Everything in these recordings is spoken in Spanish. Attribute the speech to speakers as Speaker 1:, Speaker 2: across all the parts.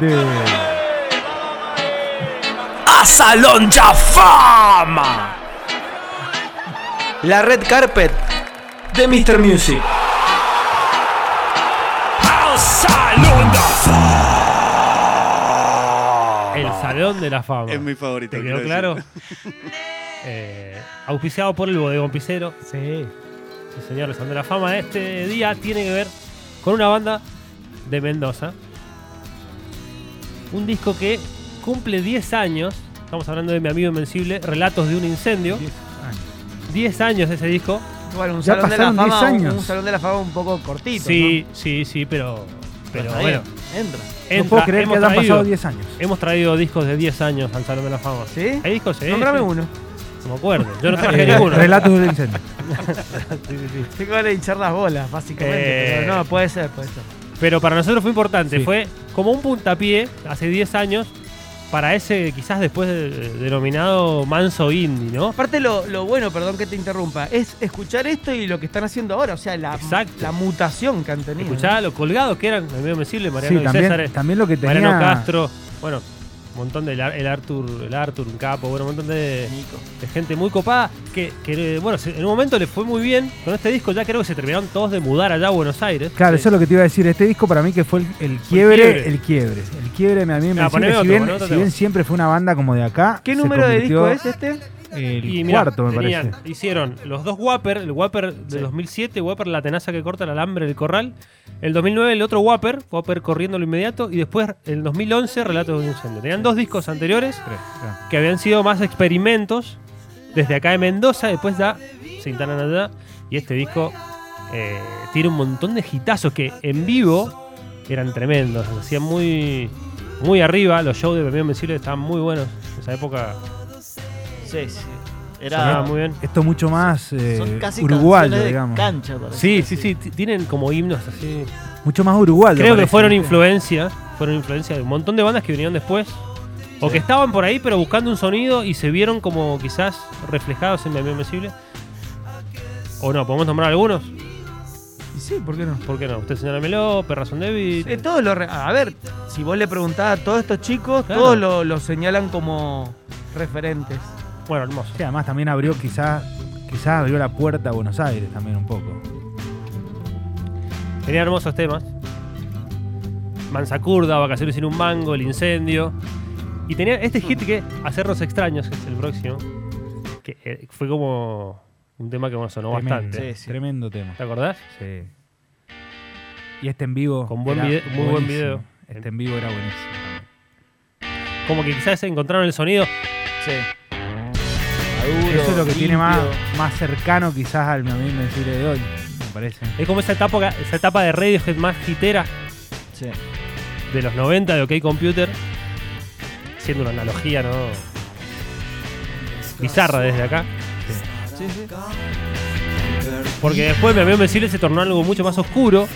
Speaker 1: de
Speaker 2: ¡A Salón Fama! La red carpet de Mr. Music. ¡A Salón
Speaker 3: El Salón de la Fama.
Speaker 4: Es mi favorito.
Speaker 3: ¿Te
Speaker 4: quiero
Speaker 3: quedó
Speaker 4: decir.
Speaker 3: claro? Eh, auspiciado por el Bodegón Picero.
Speaker 1: sí,
Speaker 3: Sí, señor, el Salón de la Fama este día tiene que ver con una banda de Mendoza. Un disco que cumple 10 años. Estamos hablando de mi amigo Invencible, Relatos de un Incendio.
Speaker 1: 10 años.
Speaker 3: 10 años de ese disco.
Speaker 2: Bueno, un
Speaker 1: Ya
Speaker 2: salón, de la
Speaker 1: pasaron
Speaker 2: fama,
Speaker 1: 10
Speaker 2: un-
Speaker 1: años.
Speaker 2: un salón de la fama un poco cortito.
Speaker 3: Sí, sí, sí, pero.
Speaker 2: ¿no?
Speaker 3: Pero
Speaker 2: Está
Speaker 3: bueno.
Speaker 2: bien, entra.
Speaker 3: entra,
Speaker 1: no puedo creer que
Speaker 3: hemos,
Speaker 1: hayan pasado
Speaker 3: traído,
Speaker 1: 10 años.
Speaker 3: hemos traído discos de 10 años al Salón de la Fama.
Speaker 2: ¿Sí?
Speaker 3: ¿Hay discos? Sí,
Speaker 2: Nombrame
Speaker 3: sí.
Speaker 2: uno.
Speaker 3: No me acuerdo. Yo no
Speaker 1: Eh,
Speaker 3: traje ninguno.
Speaker 1: relatos del incendio.
Speaker 3: Sí, sí, sí.
Speaker 2: Tengo ganas de hinchar las bolas, básicamente.
Speaker 3: Eh.
Speaker 2: Pero no, puede ser, puede ser.
Speaker 3: Pero para nosotros fue importante,
Speaker 1: Sí.
Speaker 3: fue como un puntapié hace 10 años para ese quizás después de- denominado manso indie, ¿no?
Speaker 2: Aparte, lo, lo bueno, perdón que te interrumpa, es escuchar esto y lo que están haciendo ahora. O sea, la,
Speaker 3: Exacto.
Speaker 2: la mutación que han tenido. ¿no?
Speaker 3: Escuchá lo colgado que eran, medio invencible, Mariano
Speaker 1: sí,
Speaker 3: y César,
Speaker 1: también, también lo que tenía.
Speaker 3: Mariano Castro, bueno, un montón del Ar- el Arthur, el Arthur, un capo, bueno, un montón de,
Speaker 2: Nico.
Speaker 3: de gente muy copada que, que, eh, bueno, se- en un momento le fue muy bien con este disco, ya creo que se terminaron todos de mudar allá a Buenos Aires.
Speaker 1: Claro,
Speaker 3: Sí.
Speaker 1: eso es lo que te iba a decir. Este disco para mí que fue el, el quiebre,
Speaker 3: quiebre.
Speaker 1: el quiebre. El quiebre me a mí me
Speaker 3: Ah, poneme
Speaker 1: sirve,
Speaker 3: otro,
Speaker 1: si, bien,
Speaker 3: poneme otro
Speaker 1: si bien
Speaker 3: tema.
Speaker 1: siempre fue una banda como de acá.
Speaker 2: ¿Qué
Speaker 1: se
Speaker 2: número de disco
Speaker 1: convirtió
Speaker 2: es este?
Speaker 1: El
Speaker 3: Y mirá,
Speaker 1: cuarto, me
Speaker 3: tenían-
Speaker 1: parece.
Speaker 3: Hicieron los dos Whopper, el Whopper de 2007, Whopper la tenaza que corta el alambre del corral. El 2009 el otro Whopper, Whopper corriendo lo inmediato. Y después el 2011 Relatos de un incendio. Tenían dos discos anteriores
Speaker 1: Tres, claro.
Speaker 3: que habían sido más experimentos desde acá de Mendoza. Después ya se instalan allá. Y este disco eh, tiene un montón de hitazos que en vivo eran tremendos. los Hacían muy, muy arriba. Los shows de Bemio Invencible estaban muy buenos. En esa época
Speaker 5: Sí, sí. Era.
Speaker 3: sonaban muy bien.
Speaker 1: Esto mucho más eh,
Speaker 5: son casi canciones
Speaker 1: uruguayo,
Speaker 5: de
Speaker 1: digamos.
Speaker 5: cancha, parece.
Speaker 3: Sí, sí, sí, t- tienen como himnos así.
Speaker 1: Mucho más uruguayo.
Speaker 3: Creo que
Speaker 1: parece.
Speaker 3: fueron influencias, fueron influencias de un montón de bandas que vinieron después. O que estaban por ahí pero buscando un sonido y se vieron como quizás reflejados en Mi Amigo Invencible. O no, podemos nombrar algunos.
Speaker 1: Y Sí, ¿por qué no?
Speaker 3: ¿Por qué no? Usted señora Meló, Perrazón David.
Speaker 2: Eh, todos los re- a ver, si vos le preguntás a todos estos chicos,
Speaker 3: Claro.
Speaker 2: todos lo, lo señalan como referentes.
Speaker 3: Bueno, hermoso.
Speaker 1: Sí, además también abrió quizás quizás abrió la puerta a Buenos Aires también un poco.
Speaker 3: Tenían hermosos temas. Mansa Kurda, Vacaciones sin un mango, El Incendio. Y tenía este hit que Hacernos Extraños, que es el próximo. Que eh, fue como un tema que bueno, sonó
Speaker 1: Tremendo,
Speaker 3: bastante.
Speaker 1: sí, sí. Tremendo tema.
Speaker 3: ¿Te acordás?
Speaker 1: Sí. Y este en vivo.
Speaker 3: Con buen
Speaker 1: era
Speaker 3: vide- muy buen
Speaker 1: buenísimo.
Speaker 3: video.
Speaker 1: Este en vivo era buenísimo.
Speaker 3: Como que quizás encontraron el sonido.
Speaker 5: Sí.
Speaker 1: Eso es lo que tiene
Speaker 5: limpio.
Speaker 1: más, más cercano quizás al Mi Amigo Invencible de hoy, me parece.
Speaker 3: Es como esa etapa, esa etapa de Radiohead más hitera
Speaker 5: Sí.
Speaker 3: de los 90 de OK Computer. Siendo una analogía, ¿no? Bizarra desde acá.
Speaker 5: Sí, sí.
Speaker 3: Porque después mi amigo Invencible se tornó algo mucho más oscuro.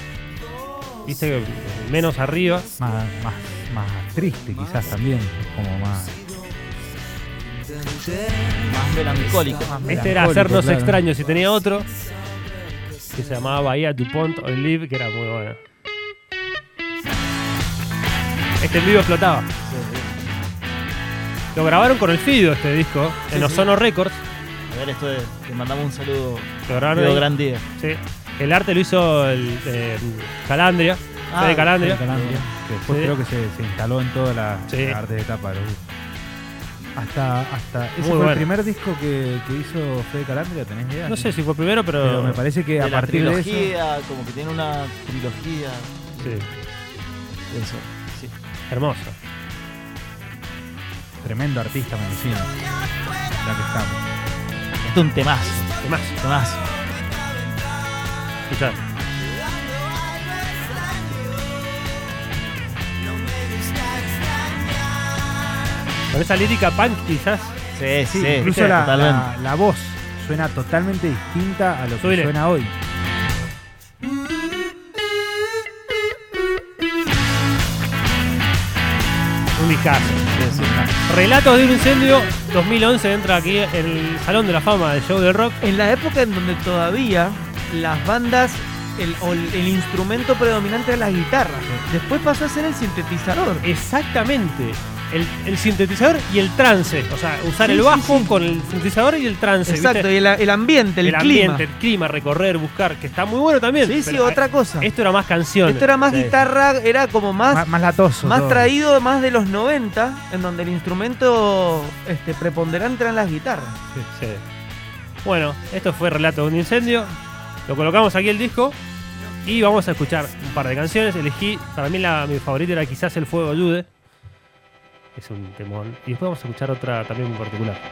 Speaker 3: Viste que eh, menos arriba.
Speaker 1: Más, más, más triste quizás también. Como más.
Speaker 5: Más melancólico.
Speaker 3: Este era
Speaker 1: melancólico,
Speaker 3: Hacernos
Speaker 1: claro.
Speaker 3: Extraños y tenía otro que se llamaba Bahía DuPont Olive, que era muy bueno. Este en vivo explotaba. Lo grabaron con el Fido este disco, en Ozono Records.
Speaker 5: A ver, esto de. Le mandamos un saludo.
Speaker 3: Lo grabaron
Speaker 5: Diego
Speaker 3: ahí.
Speaker 5: Gran Día.
Speaker 3: Sí. El arte lo hizo el, eh, Calandria,
Speaker 5: Ah,
Speaker 3: Fede Calandria.
Speaker 1: Sí, Calandria, que después
Speaker 3: Sí.
Speaker 1: creo que se, se instaló en toda la,
Speaker 3: Sí.
Speaker 1: la arte de tapa. lo vi. Hasta, hasta ese
Speaker 3: Muy
Speaker 1: fue
Speaker 3: bueno.
Speaker 1: el primer disco que, que hizo Fede Calandria, ¿tenés idea?
Speaker 3: No sé si fue primero, pero.
Speaker 1: Pero me parece que
Speaker 5: de
Speaker 1: a
Speaker 5: la
Speaker 1: partir de eso.
Speaker 5: trilogía, como que tiene una trilogía.
Speaker 3: Sí,
Speaker 5: de Eso. Sí.
Speaker 3: hermoso.
Speaker 1: Tremendo artista medicina. Ya que estamos.
Speaker 5: Esto es un temazo.
Speaker 3: ¿Qué más?
Speaker 5: Temazo.
Speaker 3: Escuchá. Con esa lírica punk quizás.
Speaker 5: Sí, sí,
Speaker 1: Sí, incluso
Speaker 5: sí,
Speaker 1: la,
Speaker 5: totalmente.
Speaker 1: la- la voz suena totalmente distinta a lo que
Speaker 3: Subile.
Speaker 1: suena hoy.
Speaker 3: Un discazo.
Speaker 5: Sí, sí.
Speaker 3: Relatos de un incendio 2011 entra aquí en el Salón de la Fama del Show del Rock.
Speaker 2: En la época en donde todavía las bandas el, o el- el instrumento predominante de las guitarras. Después pasó a ser el sintetizador.
Speaker 3: Exactamente. El, el sintetizador y el trance. O sea, usar
Speaker 2: Sí,
Speaker 3: el
Speaker 2: sí,
Speaker 3: bajo
Speaker 2: sí.
Speaker 3: con el sintetizador y el trance. ¿viste?
Speaker 2: Exacto, y el, el ambiente, el,
Speaker 3: El,
Speaker 2: clima.
Speaker 3: ambiente, el clima, recorrer, buscar, que está muy bueno también.
Speaker 2: sí, sí,
Speaker 3: pero,
Speaker 2: otra cosa.
Speaker 3: Esto era más canción.
Speaker 2: Esto era más
Speaker 1: Sí.
Speaker 2: guitarra, era como más,
Speaker 1: Más, más latoso.
Speaker 2: más
Speaker 1: todo.
Speaker 2: traído más de los 90, en donde el instrumento este, preponderante eran las guitarras.
Speaker 3: Sí. Bueno, esto fue Relato de un Incendio. Lo colocamos aquí el disco. Y vamos a escuchar un par de canciones. Elegí, para mí la, mi favorita era quizás El Fuego Ayude. Es un temón. Y después vamos a escuchar otra también en particular.